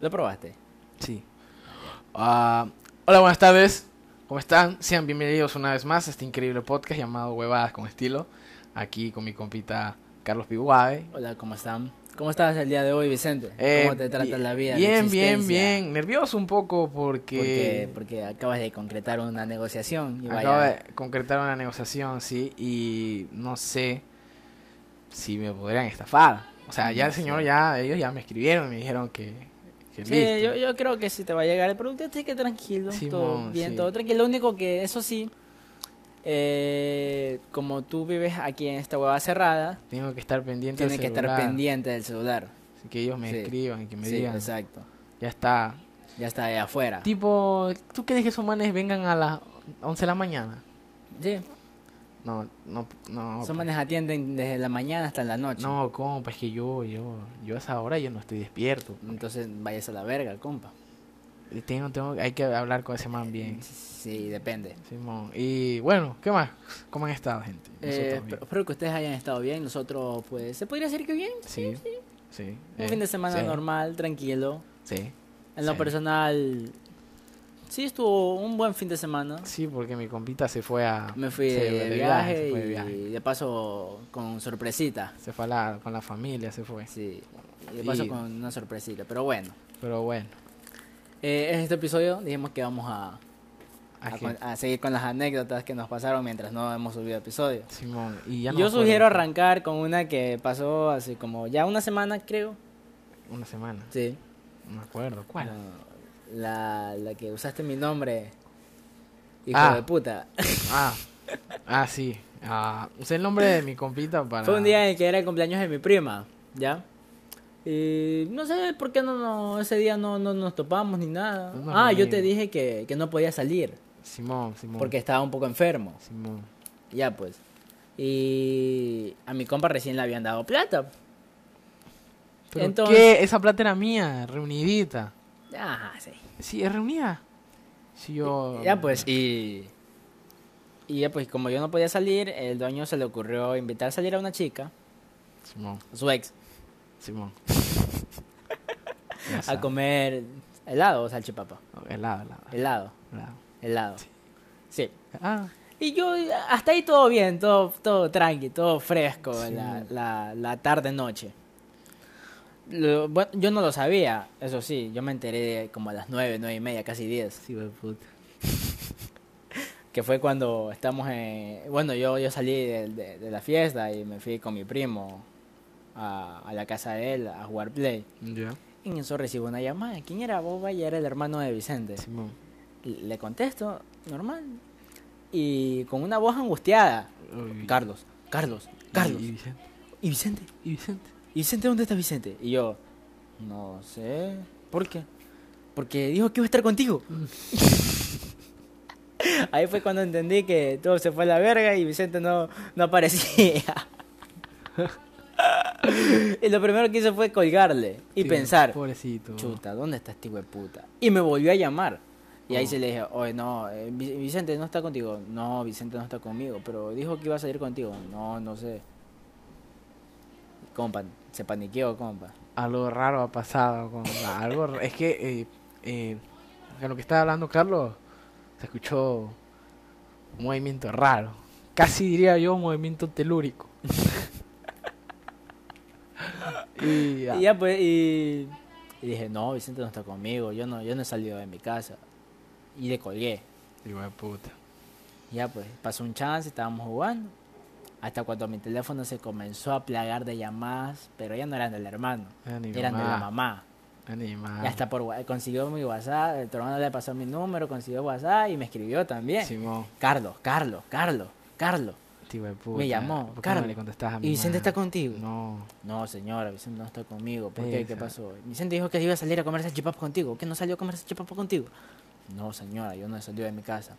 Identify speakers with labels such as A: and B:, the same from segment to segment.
A: ¿Lo probaste?
B: Sí. Ah, hola, buenas tardes. ¿Cómo están? Sean bienvenidos una vez más a este increíble podcast llamado Huevadas con Estilo. Aquí con mi compita Carlos Piguave.
A: Hola, ¿cómo están? ¿Cómo estás el día de hoy, Vicente?
B: Eh,
A: ¿Cómo te trata
B: bi-
A: la vida? la
B: Bien, bien,
A: existencia?
B: bien. Nervioso un poco porque
A: Porque, porque acabas de concretar una negociación y
B: acabo
A: vaya,
B: de concretar una negociación, sí, y no sé si me podrían estafar. O sea, ya el
A: Sí.
B: señor, ya ellos ya me escribieron y me dijeron que, que
A: Sí,
B: listo.
A: yo, yo creo que si te va a llegar el producto, así que tranquilo, todo
B: Simón,
A: bien,
B: sí.
A: todo tranquilo. Lo único que, eso sí, eh, como tú vives aquí en esta hueva cerrada,
B: Tengo que estar pendiente del
A: tienes que estar
B: celular,
A: pendiente del celular.
B: Que ellos me
A: Sí.
B: escriban y que me
A: sí,
B: digan.
A: exacto.
B: Ya está.
A: Ya está allá afuera.
B: Tipo, ¿tú crees que esos manes vengan a las 11 de la mañana?
A: Sí,
B: No, no, no.
A: Esos
B: pues.
A: manes atienden desde la mañana hasta la noche.
B: No, compa, es que yo, yo, yo a esa hora yo no estoy despierto.
A: Entonces vayas a la verga, compa.
B: Y Tengo, tengo, hay que hablar con ese man bien.
A: Sí, depende.
B: Simón. Y bueno, ¿qué más? ¿Cómo han estado, gente? Nosotros
A: Eh,
B: bien.
A: espero- espero que ustedes hayan estado bien. Nosotros, pues, se podría decir que bien.
B: sí, sí. sí.
A: Un
B: eh,
A: fin de semana
B: sí,
A: normal, tranquilo.
B: Sí.
A: En lo
B: Sí.
A: personal, sí estuvo un buen fin de semana.
B: Sí, porque mi compita se fue a.
A: Me fui
B: se
A: de,
B: fue
A: viaje,
B: se fue de viaje.
A: y de paso con sorpresita.
B: Se fue a la- con la familia, se fue.
A: Sí, y de paso
B: Y-
A: con una sorpresita. Pero bueno,
B: Pero bueno.
A: eh, en este episodio dijimos que vamos a, a
B: aquí.
A: con- a seguir con las anécdotas que nos pasaron mientras no hemos subido episodios.
B: Simón. Y ya no me
A: Yo
B: acuerdo.
A: sugiero arrancar con una que pasó hace como ya una semana, creo.
B: Una semana.
A: Sí.
B: No me acuerdo. ¿Cuál?
A: No, La, la que usaste mi nombre. Hijo
B: Ah.
A: de puta.
B: Ah, ah, sí. Ah, usé el nombre de mi compita para.
A: Fue un día en el que era el cumpleaños de mi prima, ¿ya? Y no sé por qué no, no- ese día no, no nos topamos ni nada.
B: No nos
A: ah, yo te
B: reunimos.
A: dije que, que no podía salir
B: Simón, Simón.
A: porque estaba un poco enfermo.
B: Simón.
A: Ya pues. Y a mi compa recién le habían dado plata.
B: ¿Pero
A: Entonces-
B: qué? Esa plata era mía, reunidita.
A: Ajá, sí.
B: Sí, es reunida. Sí, yo.
A: Ya pues, y... Y ya pues, como yo no podía salir, el dueño se le ocurrió invitar a salir a una chica,
B: Simón,
A: su ex,
B: Simón. Ya
A: a
B: sabes.
A: comer helado o salchipapa.
B: Helado, helado,
A: Helado,
B: helado.
A: helado. Sí.
B: Ah,
A: Y yo, hasta ahí todo bien, todo, todo tranqui, todo fresco, la, la, tarde-noche. yo no lo sabía, eso sí, yo me enteré como a las nueve, nueve y media, casi diez.
B: sí, de puta.
A: que fue cuando estamos en... Bueno, yo, yo salí de, de- de la fiesta y me fui con mi primo a, a la casa de él a jugar play.
B: Ya.
A: Y en eso recibo una llamada. ¿Quién era Boba? Y era el hermano de Vicente.
B: Simón.
A: Le contesto, normal. Y con una voz angustiada.
B: Uy,
A: Carlos, Carlos, Carlos.
B: Y Vicente.
A: ¿Y Vicente?
B: Y Vicente.
A: ¿Y Vicente dónde está Vicente? Y yo, no sé. ¿Por qué? Porque dijo que iba a estar contigo. Ahí fue cuando entendí que todo se fue a la verga y Vicente no, no aparecía. y lo primero que hice fue colgarle y
B: Sí,
A: pensar,
B: Pobrecito.
A: chuta, ¿dónde está este hijo de puta? Y me volvió a llamar. Y ahí
B: Oh.
A: se le dije, oye, no, eh, Vi- Vicente no está contigo. No, Vicente no está conmigo, pero dijo que iba a salir contigo. No, no sé. Compa, se paniqueó, compa.
B: Algo raro ha pasado. Con... Algo ra- Es que. Eh, eh, con lo que estaba hablando Carlos, se escuchó un movimiento raro. Casi diría yo un movimiento telúrico. y ya.
A: Y ya pues, y, y dije, no, Vicente no está conmigo, yo no, yo no he salido de mi casa. Y le colgué.
B: Hijo de puta.
A: Ya pues, pasó un chance, estábamos jugando. Hasta cuando mi teléfono se comenzó a plagar de llamadas, pero ya no eran del hermano,
B: Era ni
A: eran de la mamá.
B: Animal.
A: Y hasta por wa- consiguió mi WhatsApp, el hermano le pasó mi número, consiguió WhatsApp y me escribió también.
B: Simón,
A: Carlos, Carlos, Carlos, Carlos.
B: hijo de puta.
A: Me llamó,
B: ¿Por qué no
A: Carlos.
B: le contestas a mi
A: ¿Y Vicente está
B: mamá?
A: contigo?
B: No.
A: No, señora, Vicente no está conmigo. ¿Por qué? ¿Qué
B: Esa.
A: pasó? Vicente dijo que iba a salir a comer salchipapa contigo. ¿Qué no salió a comer salchipapa contigo? No, señora, yo no he salido de mi casa.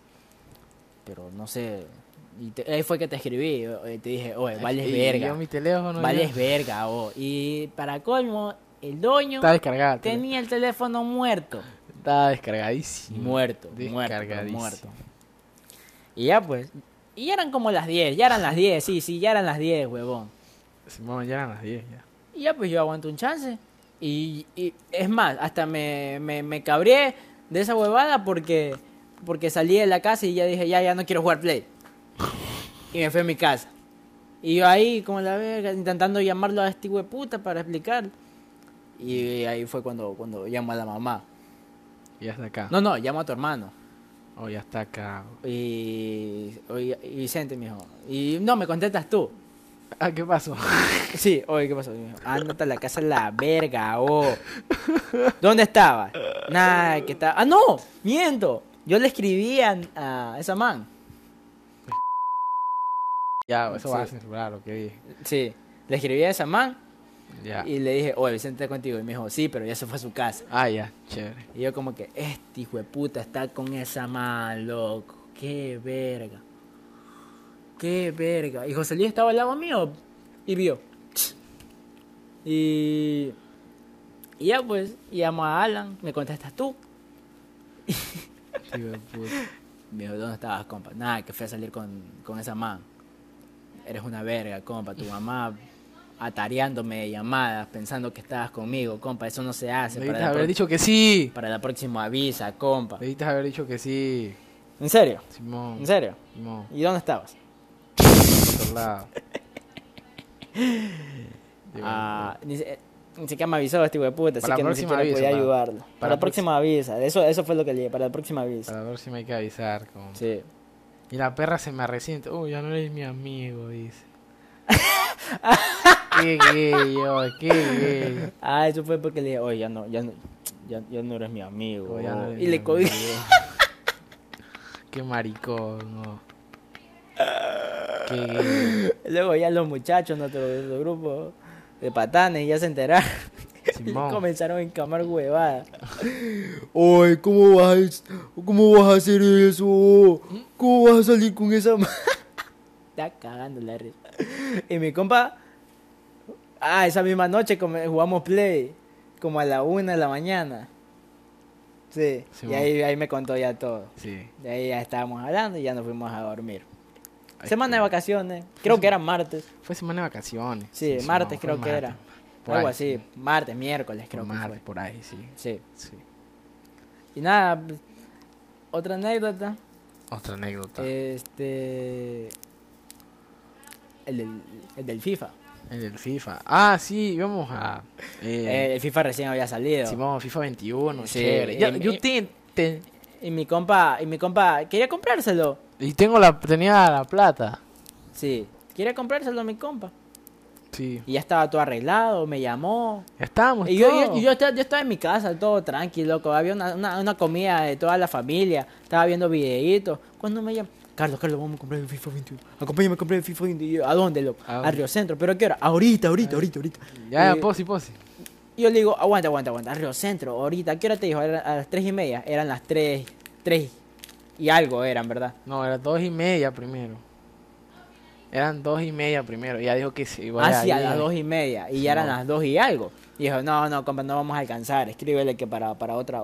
A: Pero no sé. Y te- ahí fue que te escribí. o- o- Y te dije, oye, vales
B: Y- y
A: verga.
B: Yo mi teléfono.
A: Vales
B: yo-
A: verga, oh. Y para colmo, el dueño
B: Está descargado. el teléfono.
A: tenía el teléfono muerto.
B: Está descargadísimo.
A: Muerto, muerto, pero
B: Mm. Descargadísimo.
A: muerto. Y ya pues. Y ya eran como las 10. Ya eran las 10, sí, sí, ya eran las 10, huevón.
B: Simón, ya eran las 10 ya.
A: Y ya pues yo aguanto un chance. Y, y es más, hasta me, me, me cabré de esa huevada porque, porque salí de la casa y ya dije, ya, ya no quiero jugar Play. Y me fui a mi casa. Y yo ahí, como la verga, intentando llamarlo a este hueputa para explicar. Y ahí fue cuando, cuando llamo a la mamá.
B: Ya está acá.
A: No, no, llamo a tu hermano.
B: Oh, ya está acá.
A: Y, oye, y Vicente me dijo, y no, me contestas tú.
B: Ah, ¿qué pasó?
A: Sí, oye, ¿qué pasó? Y me dijo, ándate a la casa a la verga, oh. ¿Dónde estabas? Nada, que estaba... ¡Ah, no! ¡Miento! Yo le escribí a, a esa man.
B: Ya, eso va a
A: Sí.
B: censurar lo que dije.
A: Sí, le escribí a esa man
B: Ya.
A: y le dije, oye, Vicente está contigo. Y me dijo, sí, pero ya se fue a su casa.
B: Ah, ya, chévere.
A: Y yo como que, este hijo de puta está con esa man, loco. Qué verga. Qué verga. Y José Luis estaba al lado mío y vio. Y... Y ya pues, llamo a Alan, me contestas tú.
B: Hijo de puta.
A: Me dijo, ¿dónde estabas, compa? Nada, que fui a salir con, con esa man. Eres una verga, compa. Tu mamá atareándome de llamadas, pensando que estabas conmigo, compa. Eso no se hace. Para
B: Debiste
A: la,
B: haber
A: pro-
B: dicho que sí.
A: para la próxima avisa, compa.
B: Debiste haber dicho que sí.
A: ¿En serio?
B: Simón.
A: ¿En serio?
B: Simón.
A: ¿Y dónde estabas?
B: por otro lado. Digo,
A: Ah, ni, se- eh, ni siquiera me avisó este hijo de puta, así
B: Para
A: que
B: la
A: ni
B: próxima
A: siquiera
B: avisa,
A: podía
B: para-
A: ayudarlo. Para,
B: para
A: la próxima avisa, eso, eso fue lo que le dije, para la próxima avisa.
B: Para ver si me hay que avisar. como-
A: Sí.
B: Y la perra se me resiente. Uy, ya no eres mi amigo, dice. qué gay, oh, qué gay.
A: Ah, eso fue porque le dije, oye, ya no, ya no, ya, ya no eres mi amigo.
B: Oh, ya no eres
A: y
B: mi
A: le cogí.
B: amigo. Qué maricón, oh. Qué gay.
A: Luego ya los muchachos, nuestro, nuestro grupo de patanes, ya se enteraron. Y
B: Simón.
A: comenzaron a encamar huevadas. Oye, ¿cómo vas, a, ¿cómo vas a hacer eso? ¿Cómo vas a salir con esa ma- Está cagando la risa. Y mi compa, ah, esa misma noche come- jugamos play, como a la una de la mañana. Sí, y
B: Sí, bueno.
A: ahí, ahí me contó ya todo.
B: Sí.
A: De ahí ya estábamos hablando y ya nos fuimos a dormir.
B: Ahí
A: Semana de
B: está.
A: vacaciones, creo que era martes.
B: Fue semana de vacaciones.
A: Sí,
B: Simón,
A: martes
B: fue
A: creo que era.
B: Por
A: Algo
B: ahí,
A: así,
B: sí.
A: martes, miércoles
B: Por
A: creo que fue.
B: martes, por ahí, sí.
A: Sí.
B: sí.
A: Y nada, pues, otra anécdota.
B: Otra anécdota.
A: Eh, Este. El del, el del FIFA.
B: En el FIFA. Ah, sí, íbamos a. eh,
A: Eh, el FIFA recién había salido.
B: Simón, FIFA 21,
A: Sí,
B: chévere. Ya,
A: em-
B: yo
A: em-
B: te- te-
A: Y mi compa, y mi compa quería comprárselo.
B: y tengo la tenía la plata.
A: Sí, quería comprárselo a mi compa.
B: Sí.
A: Y ya estaba todo arreglado, me llamó.
B: Ya estábamos.
A: Y yo,
B: todos.
A: yo, yo estaba, yo estaba en mi casa, todo tranquilo, loco. Había una, una, una comida de toda la familia. Estaba viendo videitos. Cuando me llaman, Carlos, Carlos, vamos a comprar el FIFA 21. Acompáñame a comprar el FIFA 21. Y yo, ¿A dónde, loco?
B: ¿A
A: ¿A,
B: dónde?
A: Río Centro. ¿Pero a qué hora? Ahorita, ahorita, ahorita, ahorita.
B: Ya,
A: Y-
B: posi, posi.
A: Y yo le digo, aguanta, aguanta, aguanta, Río Centro, ahorita, ¿a ¿qué hora te dijo? Era a las tres y media, eran las tres, tres y algo eran, ¿verdad?
B: No, era dos y media primero. Eran dos y media primero. Ya dijo que sí. vaya,
A: Hacia
B: ahí,
A: Ah, las
B: ahí.
A: dos y media, y ya eran
B: Simón.
A: las dos y algo. Y dijo, no, no, compa, no vamos a alcanzar, escríbele que para, para otra,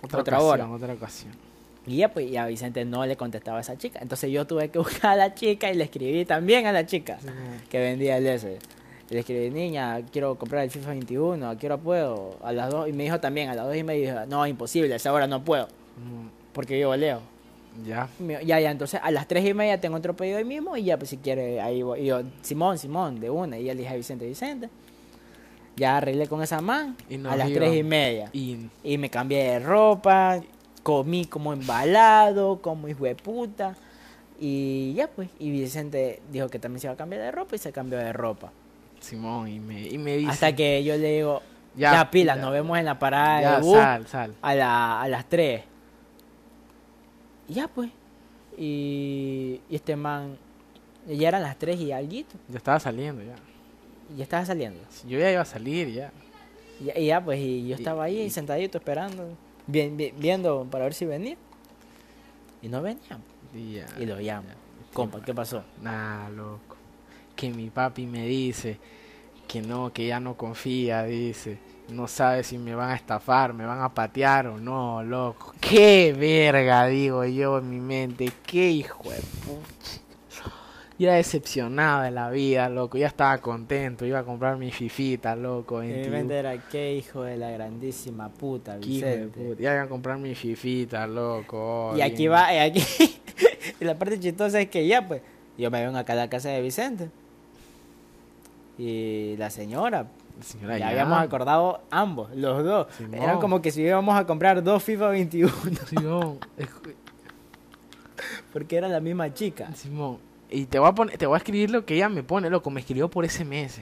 A: otra, hora.
B: ocasión, Otra ocasión.
A: Y ya, pues, y a Vicente no le contestaba a esa chica. Entonces yo tuve que buscar a la chica y le escribí también a la chica que vendía el ese. Y le escribí, niña, quiero comprar el FIFA 21, ¿a qué hora puedo? A las dos, y me dijo también, a las dos y media, dijo, no, imposible, a esa hora no puedo,
B: Mm,
A: porque yo voleo.
B: Ya.
A: Me- Ya, ya, entonces a las 3 y media tengo otro pedido ahí mismo y ya, pues si quiere, ahí voy. Y yo, Simón, Simón, de una. Y ya le dije a Vicente, Vicente. Ya arreglé con esa man
B: Y nos
A: a las 3 y media.
B: Y
A: Y me cambié de ropa, comí como embalado, como hijo de puta. Y ya, pues. Y Vicente dijo que también se iba a cambiar de ropa y se cambió de ropa.
B: Simón, y me, y me dice.
A: Hasta que yo le digo,
B: Ya,
A: ya, pila,
B: ya,
A: nos vemos en la parada
B: ya,
A: de bus
B: sal, sal.
A: a, la- a las 3. Y ya pues. Y, y este man, ya eran las 3 y alguito.
B: Ya estaba saliendo, ya.
A: Y ya estaba saliendo.
B: Sí, Yo ya iba a salir, ya.
A: Y, ya- y ya pues, y yo
B: Y-
A: estaba ahí
B: y-
A: sentadito esperando, bien, bien- viendo para ver si venía. Y no venía.
B: Y ya.
A: Y lo llamo. Compa, ¿qué pasó?
B: Nah, loco. Que mi papi me dice que no, que ya no confía, dice. No sabe si me van a estafar, me van a patear o no, loco. Qué verga, digo yo en mi mente. Qué hijo de pucha. Y era decepcionado de la vida, loco. Ya estaba contento, iba a comprar mi fifita, loco.
A: En mi
B: 21.
A: mente era, qué hijo de la grandísima puta,
B: Qué hijo de
A: Vicente.
B: puta, Ya iba a comprar mi fifita, loco.
A: Y aquí
B: bien.
A: va, y aquí. y la parte chistosa es que ya, pues, yo me vengo acá a la casa de Vicente. Y la señora,
B: La señora
A: ya
B: ya.
A: habíamos acordado ambos, los dos.
B: Simón.
A: Eran como que si íbamos a comprar dos FIFA 21,
B: Simón, escu-
A: porque era la misma chica.
B: Simón, Y te voy, a poner, te voy a escribir lo que ella me pone, loco. Me escribió por SMS.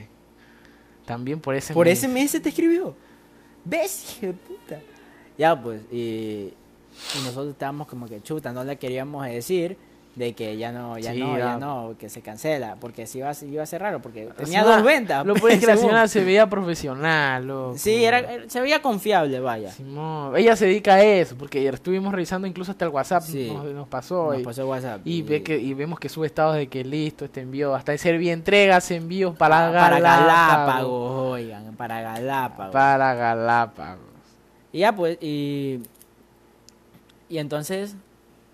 B: También por SMS.
A: Por ese mes te escribió. ¿Ves, hijo de puta? Ya, pues, y, y nosotros estábamos como que chuta, no le queríamos decir de que ya no, ya
B: Sí,
A: no, ya
B: ya.
A: no, que se cancela, porque si iba, a- iba a ser raro, porque
B: La
A: tenía
B: señora-
A: dos ventas.
B: Lo
A: pues,
B: puedes que la
A: según.
B: señora se veía profesional, loco.
A: Sí, era, era- se veía confiable, vaya.
B: Simón, ella se dedica a eso, porque ayer estuvimos revisando incluso hasta el WhatsApp,
A: Sí.
B: nos, nos pasó.
A: Nos
B: y,
A: pasó WhatsApp.
B: y ve que, y vemos que sube estados de que listo, este envío, hasta servir entregas, envíos para,
A: para
B: Galápagos.
A: Galápagos, oigan, para Galápagos.
B: Para Galápagos.
A: Y ya, pues, y. Y entonces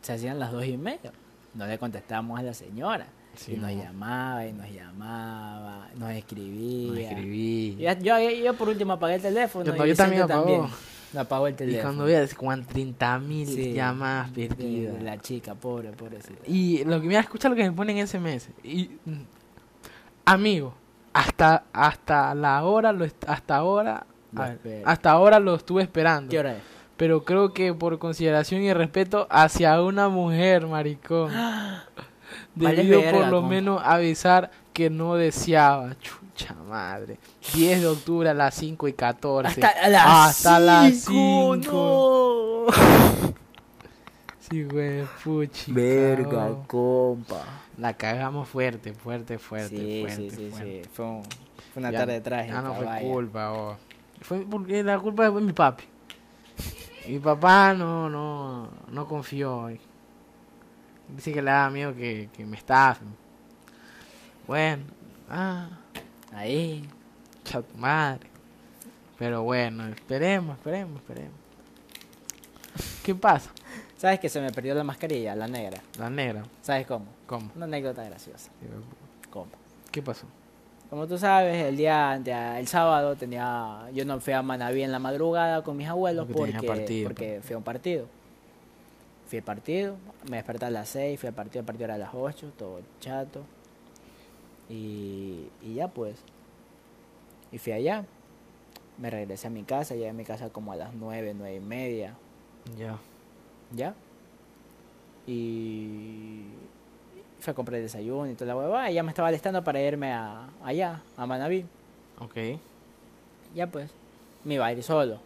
A: se hacían las dos y media. No le contestábamos a la señora.
B: Sí,
A: y nos
B: mo.
A: llamaba, y nos llamaba, nos escribía.
B: No escribí.
A: Yo, yo, yo por último apagué el teléfono.
B: Yo-
A: y
B: no, yo también
A: Vicente
B: apagó.
A: No apagó el
B: Y
A: teléfono.
B: cuando veas, cuan 30 mil
A: Sí,
B: llamadas
A: de- de,
B: perdidas.
A: la chica, pobre, pobrecita.
B: Y lo que me escucha lo que me ponen en SMS. Y, mm, amigo, hasta, hasta la hora, lo est- hasta ahora,
A: Lo
B: a ver,
A: espero.
B: hasta ahora lo estuve esperando.
A: ¿Qué hora es?
B: Pero creo que por consideración y respeto hacia una mujer, maricón.
A: Vale
B: Debido
A: verga,
B: por lo
A: compa.
B: menos avisar que no deseaba. Chucha madre. 10 de octubre a las 5 y 14.
A: Hasta las
B: Hasta las
A: cinco,
B: 5.
A: no.
B: Sí, güey, puchi. cabrón.
A: compa.
B: La cagamos fuerte, fuerte, fuerte,
A: sí, sí,
B: fuerte,
A: sí,
B: fuerte.
A: sí. Fue, un- fue una
B: Ya-
A: tarde trágica.
B: Ya Ah, no fue
A: vaya.
B: culpa, oh. Fue porque la culpa fue mi papi. Mi papá no, no, no confió. Dice que le daba miedo que, que me estafen. Bueno, ah,
A: Ahí.
B: chao tu madre. Pero bueno, esperemos, esperemos, esperemos. ¿Qué pasa?
A: ¿Sabes que se me perdió la mascarilla, la negra?
B: La negra,
A: ¿Sabes cómo?
B: ¿cómo?
A: Una anécdota graciosa. ¿Cómo?
B: ¿Qué pasó?
A: Como tú sabes, el día ante- el sábado tenía yo no fui a Manaví en la madrugada con mis abuelos
B: Porque
A: porque,
B: tenía partido,
A: porque fui a un partido. Fui al partido, me desperté a las 6, fui al partido, el partido era a las 8, todo chato. Y, y ya pues. Y fui allá. Me regresé a mi casa, llegué a mi casa como a las 9, 9 y media,
B: Ya.
A: ¿ya? Y fui a comprar el desayuno y toda la huevada. Y ya me estaba alistando para irme a, allá, a Manaví.
B: Ok.
A: Ya pues, me iba a ir solo,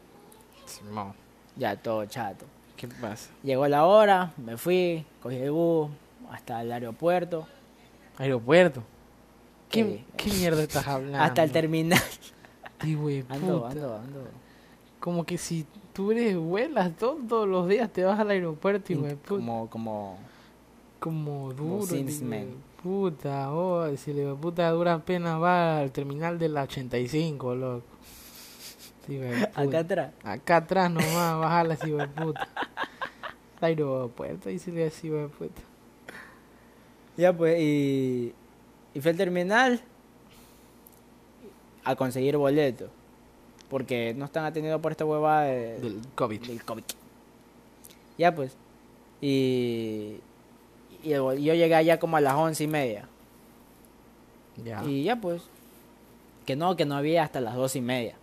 B: Simón,
A: ya todo chato.
B: ¿qué pasa?
A: Llegó la hora, me fui, cogí el bus hasta el aeropuerto,
B: Aeropuerto. ¿Qué,
A: Sí.
B: qué mierda estás hablando?
A: Eh, hasta el terminal.
B: Ti, güey,
A: Ando,
B: puta.
A: ando, ando.
B: Como que si tú eres vuelas todo- todos los días, te vas al aeropuerto y güey, puta.
A: Como, como,
B: Como duro. ti,
A: Sinsman.
B: güey, Puta, oh, si le puta dura pena va al terminal de la 85, loco. Ti, güey,
A: acá
B: puta.
A: atrás.
B: Acá atrás nomás, bajala, si güey, puta. Al aeropuerto y si le así, güey, puta.
A: Ya pues, y, y fui al terminal a conseguir boleto. Porque no están atendiendo por esta hueva
B: Del COVID.
A: del COVID. Ya pues. Y, y el bol- yo llegué allá como a las once y media.
B: Ya.
A: Y ya pues. Que no, que no había hasta las dos y media.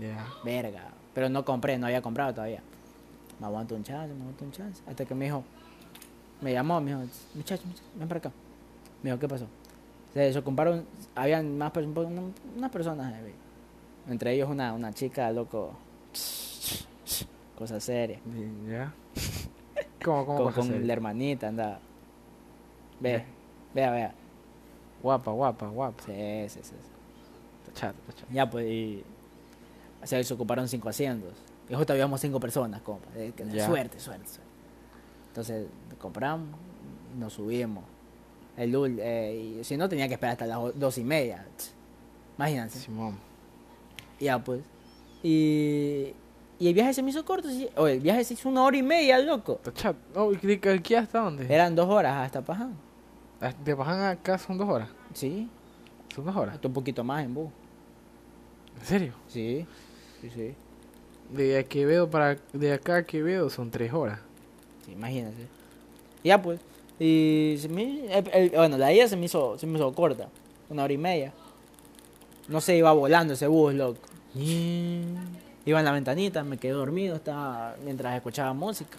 B: Ya.
A: Verga. Pero no compré, no había comprado todavía. Me aguanto un chance, me aguanto un chance. Hasta que me dijo, me llamó, me dijo, muchacho, muchacho, ven para acá. Me dijo, ¿qué pasó? Se desocuparon, habían más personas, unas personas, eh, entre ellos una, una chica, loco. Cosa seria.
B: Ya. ¿Cómo, cómo
A: Con,
B: vas a
A: con
B: hacer?
A: la hermanita andaba. Ve,
B: Ya.
A: vea, vea.
B: Guapa, guapa, guapa.
A: Sí, sí, sí. sí.
B: Chato, chato.
A: Ya, pues, y se desocuparon cinco asientos. Y justo habíamos cinco personas, compa. Eh, que-
B: Ya.
A: Suerte, suerte, suerte. Entonces, compramos, nos subimos. El ul- eh, y si no, tenía que esperar hasta las o- dos y media. Ch. Imagínense.
B: Simón.
A: Ya, pues. Y, y el viaje se me hizo corto. sí. Oye, el viaje se hizo una hora y media, loco. Eh.
B: Chato. No, ¿y de- de aquí hasta dónde?
A: Eran dos horas hasta Paján.
B: Ah, De Baján acá son dos horas.
A: Sí,
B: Son dos horas.
A: hasta un poquito más en bus. Ah.
B: ¿En serio?
A: Sí, sí, sí.
B: De a Quevedo para de acá a Quevedo son tres horas.
A: Sí, imagínate. Ya pues. Y se me- el- el- bueno, la ida se me hizo, se me hizo corta. Una hora y media. No se iba volando ese bus, loco. Iba en la ventanita, me quedé dormido estaba mientras escuchaba música.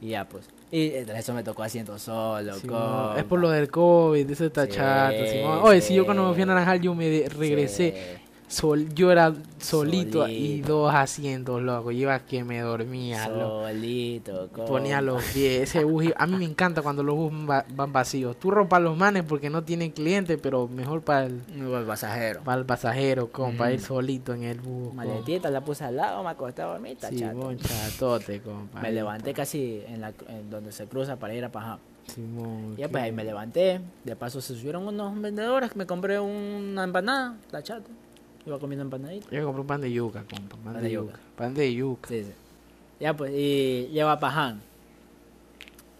A: Y ya pues. Y eh, eso me tocó asiento solo,
B: Simón, es por
A: compa.
B: lo del COVID, eso está
A: Sí,
B: chato. Simón. Oye, si yo cuando me fui a
A: sí.
B: Naranjal, yo me de- regresé. Sol, yo era solito y
A: Solito.
B: dos asientos, loco. Yo iba que me
A: Sí,
B: dormía, loco.
A: solito,
B: Ponía
A: compa.
B: los pies. Ese bus, iba- a mí me encanta cuando los bus va- van vacíos. Tú rompas los manes porque no tienen cliente, pero mejor para el,
A: Muy buen pasajero.
B: para el pasajero, compa.
A: Ujú.
B: Ir solito en el bus. compa.
A: Maletita la puse al lado, me acosté a dormir, está chato.
B: Simón, chatote, compa.
A: Me
B: Ahí,
A: levanté casi en, la, en donde se cruza para ir a Pajá.
B: Simón,
A: Ya
B: qué-
A: pues ahí me levanté. De paso se subieron unos vendedores. Me compré una empanada, la chata. Iba comiendo empanadita.
B: Yo compré un pan de yuca, compa. Pan, de,
A: de
B: yuca.
A: yuca.
B: Pan de yuca.
A: Sí, sí. Ya pues, y lleva a Paján.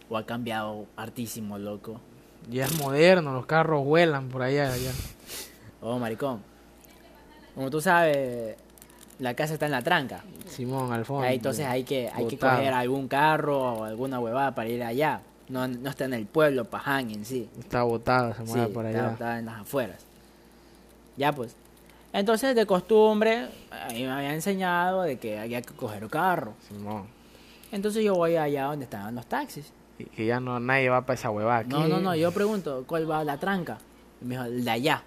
A: O ha cambiado hartísimo, loco.
B: Ya es moderno, los carros vuelan por allá. allá.
A: Oh, maricón. Como tú sabes, la casa está en la tranca.
B: Simón, al fondo.
A: Ahí, entonces hay que, hay que
B: Botado.
A: coger algún carro o alguna huevada para ir allá. No, no está en el pueblo, Paján en sí.
B: Está botado, se
A: Sí,
B: mueve por allá.
A: está, está en las afueras. Ya pues. Entonces, de costumbre, a mí me había enseñado de que había que coger carro.
B: Simón.
A: Entonces yo voy allá donde estaban los taxis.
B: Y que ya no nadie va para esa huevada.
A: No,
B: ¿qué?
A: no, no, yo pregunto, ¿cuál va a la tranca? Y me dijo, el de allá.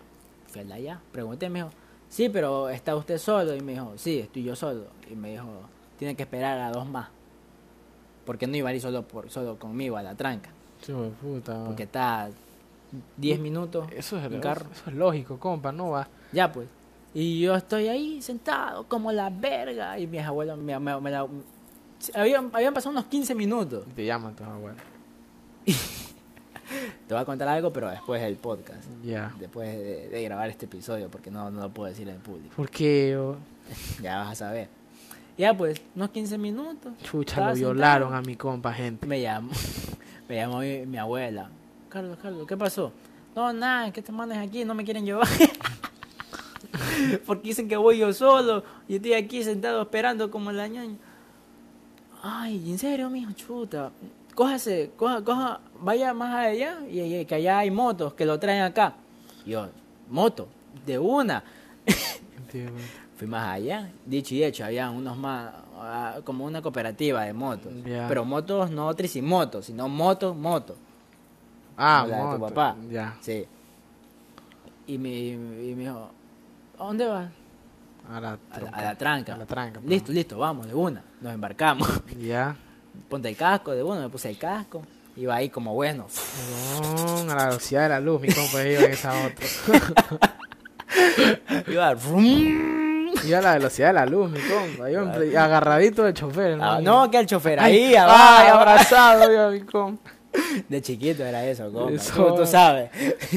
A: Fui al de allá. Pregunté, me dijo, sí, pero ¿está usted solo? Y me dijo, sí, estoy yo solo. Y me dijo, tiene que esperar a dos más. Porque no iba a ir solo, por, solo conmigo a la tranca.
B: Sí, hijo de puta.
A: Porque está 10 minutos.
B: Eso
A: un
B: es,
A: carro.
B: eso es lógico, compa, no va.
A: Ya pues. Y yo estoy ahí sentado como la verga. Y mis abuelos me, me- me la- Habían, habían pasado unos 15 minutos.
B: Te llaman tus abuelos.
A: Te voy a contar algo, pero después del podcast.
B: Ya.
A: Después de, de grabar este episodio, porque no, no lo puedo decir en público.
B: ¿Por qué? oh?
A: Ya vas a saber. Ya pues, unos 15 minutos.
B: Chucha,
A: Estaba
B: lo violaron
A: sentado.
B: a mi compa, gente.
A: Me llamó, me llamó mi, mi abuela. Carlos, Carlos, ¿qué pasó? No, nada, que te mandes aquí, no me quieren llevar. Porque dicen que voy yo solo y estoy aquí sentado esperando como la ñaña. Ay, en serio, mijo, chuta. Cójase, coja, coja, vaya más allá y, y- que allá hay motos que lo traen acá. Yo, moto, de una.
B: Tío, güey.
A: Fui más allá, dicho y hecho, había unos más, ah, como una cooperativa de motos.
B: Ya.
A: Pero motos no motos sino motos, motos.
B: Ah,
A: Como la de tu
B: moto.
A: papá.
B: Ya.
A: Sí. Y me, y me dijo, ¿a dónde vas?
B: A la,
A: A la,
B: tronca.
A: a la tranca.
B: A la tranca. pues. pa.
A: Listo, listo, vamos, de una. Nos embarcamos.
B: Ya.
A: Ponte el casco, de una, me puse el casco. Iba ahí como bueno.
B: Huevón, a la velocidad de la luz, mi compa iba en esa moto.
A: Iba rum.
B: Iba a la velocidad de la luz, mi compa. Iba entre- agarradito del
A: Ah,
B: chofer, hermano.
A: no, que el chofer ahí,
B: Ay, Ah, ay,
A: abajo.
B: abrazado, iba mi compa.
A: De chiquito era eso, compa.
B: Eso.
A: Tú, tú sabes.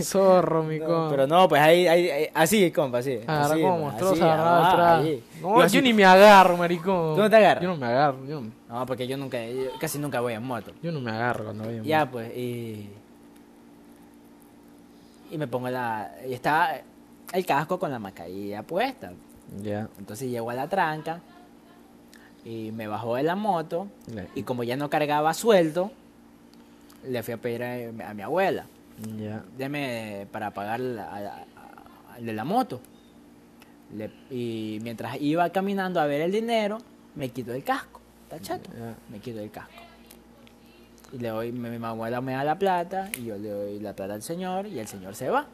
B: Zorro, mi
A: No,
B: compa.
A: pero no, pues ahí, ahí, ahí- así, compa, así.
B: Agarra
A: así,
B: como
A: pues,
B: monstruoso,
A: así,
B: agarraba
A: ah,
B: atrás.
A: ahí.
B: No,
A: Yo
B: yo,
A: así-
B: ni me agarro, maricón.
A: ¿Tú no te agarras?
B: Yo no me agarro, yo no,
A: No, porque yo nunca, yo casi nunca voy en moto.
B: yo no me agarro cuando voy en
A: Ya, pues, y... Y me pongo la... Y estaba el casco con la mascarilla puesta.
B: moto. Ya.
A: Entonces llego a la tranca y me bajó de la moto.
B: La-
A: Y como ya no cargaba sueldo, le fui a pedir a, a mi abuela.
B: Ya.
A: deme para pagar la- a- a- al de la moto. Le- y mientras iba caminando a ver el dinero, me quito el casco. ¿Está chato?
B: ya.
A: Me quito el casco. Y le doy, mi, mi abuela me da la plata y yo le doy la plata al señor y el señor se va.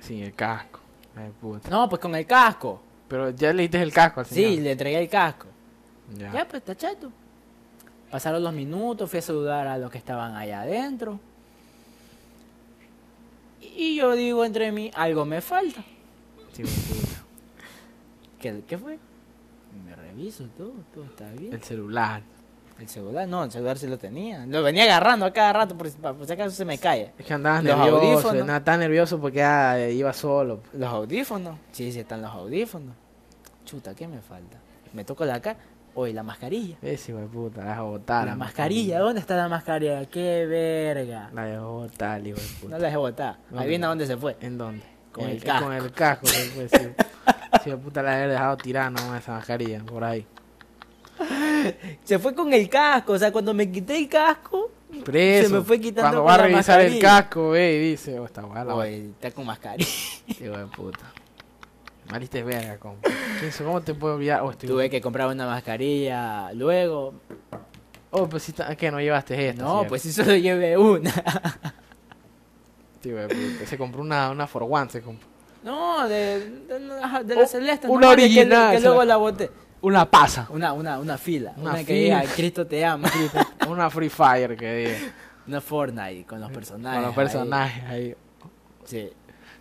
B: Sin el casco. Ay, puta.
A: No, pues con el casco.
B: Pero ya le diste el casco al
A: Sí,
B: señor.
A: le entregué el casco.
B: Ya.
A: Ya, pues está chato. Pasaron los minutos, fui a saludar a los que estaban allá adentro. Y yo digo entre mí, algo me falta.
B: Sí, puta.
A: ¿Qué, qué fue? Me reviso todo, todo está bien.
B: El celular.
A: El celular, no, el celular sí lo tenía. Lo venía agarrando a cada rato por, si- pa- por si acaso se me cae.
B: Es que andaba
A: Los
B: nervioso.
A: audífonos.
B: Andaba tan nervioso porque ah, eh, iba solo.
A: Los audífonos. Sí, sí, están los audífonos. Chuta, ¿qué me falta? Me toco la cara. Oye, la mascarilla.
B: Ese hijo de puta, la dejó botar.
A: Ah, la mascarilla, ¿dónde está la mascarilla? ¡Qué verga!
B: La dejó botar, el hijo de puta.
A: No la dejé botar.
B: No,
A: Ahí
B: no.
A: viene a dónde se fue.
B: ¿En dónde?
A: Con
B: En-
A: el casco.
B: Con el casco, se fue, sí. Sí, de puta la había dejado tirada nomás esa mascarilla, por ahí.
A: Se fue con el casco, o sea, cuando me quité el casco.
B: Preso.
A: me fue quitando
B: Cuando
A: con
B: va a
A: la
B: revisar el
A: mascarilla.
B: casco, ve, y dice, oh, esta weá la
A: Oye, está con mascarilla.
B: Hijo de puta. Maliste verga, compa. ¿Quién soy? ¿Cómo te puedo olvidar? Oh, estoy...
A: Tuve que comprar una mascarilla luego.
B: Oh, pues si ta- que no llevaste esta.
A: No,
B: ¿cierto?
A: pues eso llevé una.
B: Este hijo de puta. Se compró una, una for one, se compró.
A: No, de, de, de- ajá, de
B: Oh,
A: la celeste.
B: una
A: nomás, de que-
B: original,
A: Que,
B: se
A: luego
B: la-
A: la boté.
B: Una pasa.
A: Una, una, una fila.
B: Una
A: Una, que
B: fila.
A: diga, Cristo te ama.
B: Una free fire que diga.
A: Una Fortnite con los personajes.
B: Con los
A: ahí.
B: personajes ahí.
A: Sí.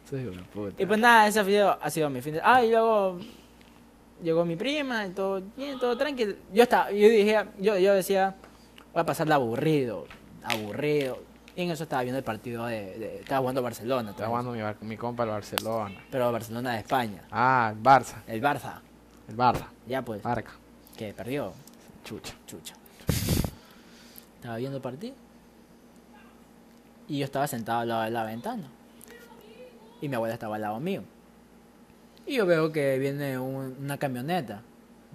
B: Eso es hijo de puta.
A: Y pues nada, ese video ha sido mi fin de... Ah, y luego llegó mi prima y todo bien, todo tranquilo. Yo estaba, yo dije, yo, yo decía, voy a pasarla aburrido, aburrido. Y en eso estaba viendo el partido de... de- estaba jugando Barcelona. todo
B: Está jugando mi, bar- mi compa el Barcelona.
A: eso. Pero Barcelona de España.
B: Ah, el Barça.
A: El Barça.
B: El Barça.
A: Ya pues,
B: Barca.
A: que perdió.
B: Chucha.
A: Chucha. Estaba viendo el partido. Y yo estaba sentado al lado de la ventana. Y mi abuela estaba al lado mío. Y yo veo que viene un- una camioneta.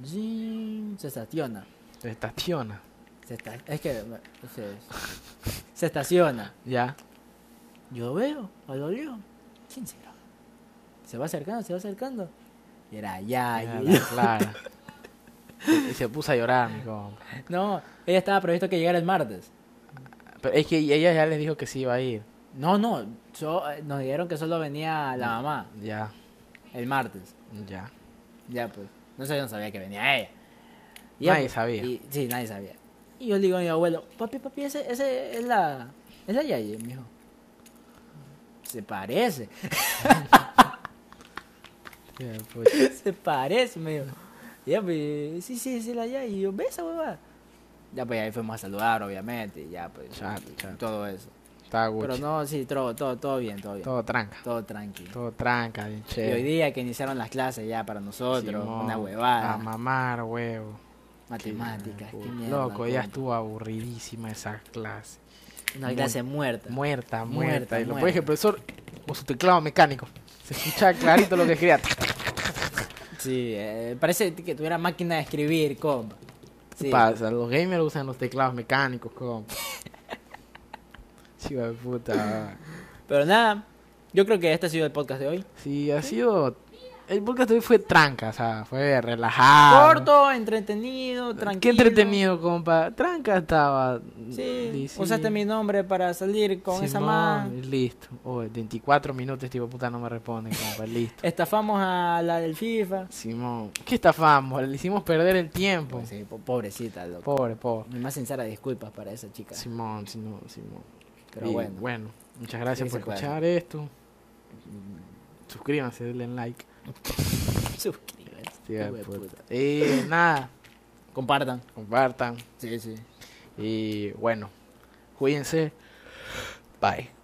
A: Zin, Se estaciona.
B: Se estaciona.
A: Se esta- es que me- se, se estaciona.
B: Ya.
A: Yo veo, a lo lejos. ¿Quién será? Se va acercando, se va acercando. Y era ya.
B: Ya, la clara. Y se puso a llorar, mi compa.
A: No, ella estaba previsto que llegara el martes.
B: Pero es que ella ya les dijo que sí iba a ir.
A: No, no, so- nos dijeron que solo venía la mamá
B: Ya.
A: el martes.
B: Ya.
A: Ya pues, no sé, yo no sabía que venía ella.
B: Nadie
A: pues,
B: sabía.
A: y- sí, nadie sabía. Y yo le digo a mi abuelo, papi, papi, ese, ese es la, es la Yayi, me dijo. Se parece,
B: Ya, pues.
A: se parece, me dijo. Ya pues, sí, sí, sí, la Yayi. Y yo, ve esa huevada. Ya pues, ahí fuimos a saludar, obviamente, y ya pues,
B: Chato, chato.
A: todo eso.
B: Está Gucci.
A: Pero no, sí, todo, todo, todo bien, todo bien, todo,
B: Todo tranca.
A: tranquilo.
B: Todo tranca, bien
A: Y hoy
B: chévere.
A: día que iniciaron las clases ya para nosotros,
B: Simón, Ah,
A: una huevada,
B: A mamar, huevo.
A: matemáticas, qué,
B: Puta,
A: mierda.
B: Loco, ya
A: compa.
B: estuvo aburridísima esa clase.
A: Una
B: muy-
A: clase muerta.
B: Muerta, muerta.
A: Muerta,
B: y lo
A: muerta.
B: peor es que el profesor, con su teclado mecánico, se escuchaba clarito lo que escribía.
A: Sí, eh, parece que tuviera máquina de escribir, compa. Sí.
B: pasa? Los gamers usan los teclados mecánicos, compa. Sí, de puta.
A: Pero nada, yo creo que este ha sido el podcast de hoy.
B: Sí, ha sido. El podcast de hoy fue tranca, o sea, fue relajado.
A: Corto, entretenido, tranquilo.
B: Ah. Qué entretenido, compa. Tranca estaba.
A: Sí,
B: Dice-
A: usaste mi nombre para salir con esa
B: Simón,
A: man.
B: y Listo. Oh, 24 minutos, este tipo de puta no me responde, compa. Listo.
A: Estafamos a la del FIFA.
B: Simón, ¿qué estafamos? Le hicimos perder el tiempo.
A: Pues sí, po- pobrecita, loco.
B: Pobre, pobre.
A: Mi más sincera disculpas para esa chica.
B: Simón, Simón, Simón.
A: Pero
B: Y
A: bueno.
B: muchas gracias
A: Sí,
B: por
A: se puede
B: escuchar esto. Suscríbanse, denle like.
A: Suscríbete.
B: Sí,
A: hijo
B: de
A: de
B: puta.
A: puta.
B: Y nada,
A: Compartan.
B: compartan.
A: Sí, sí.
B: Y bueno, cuídense. Bye.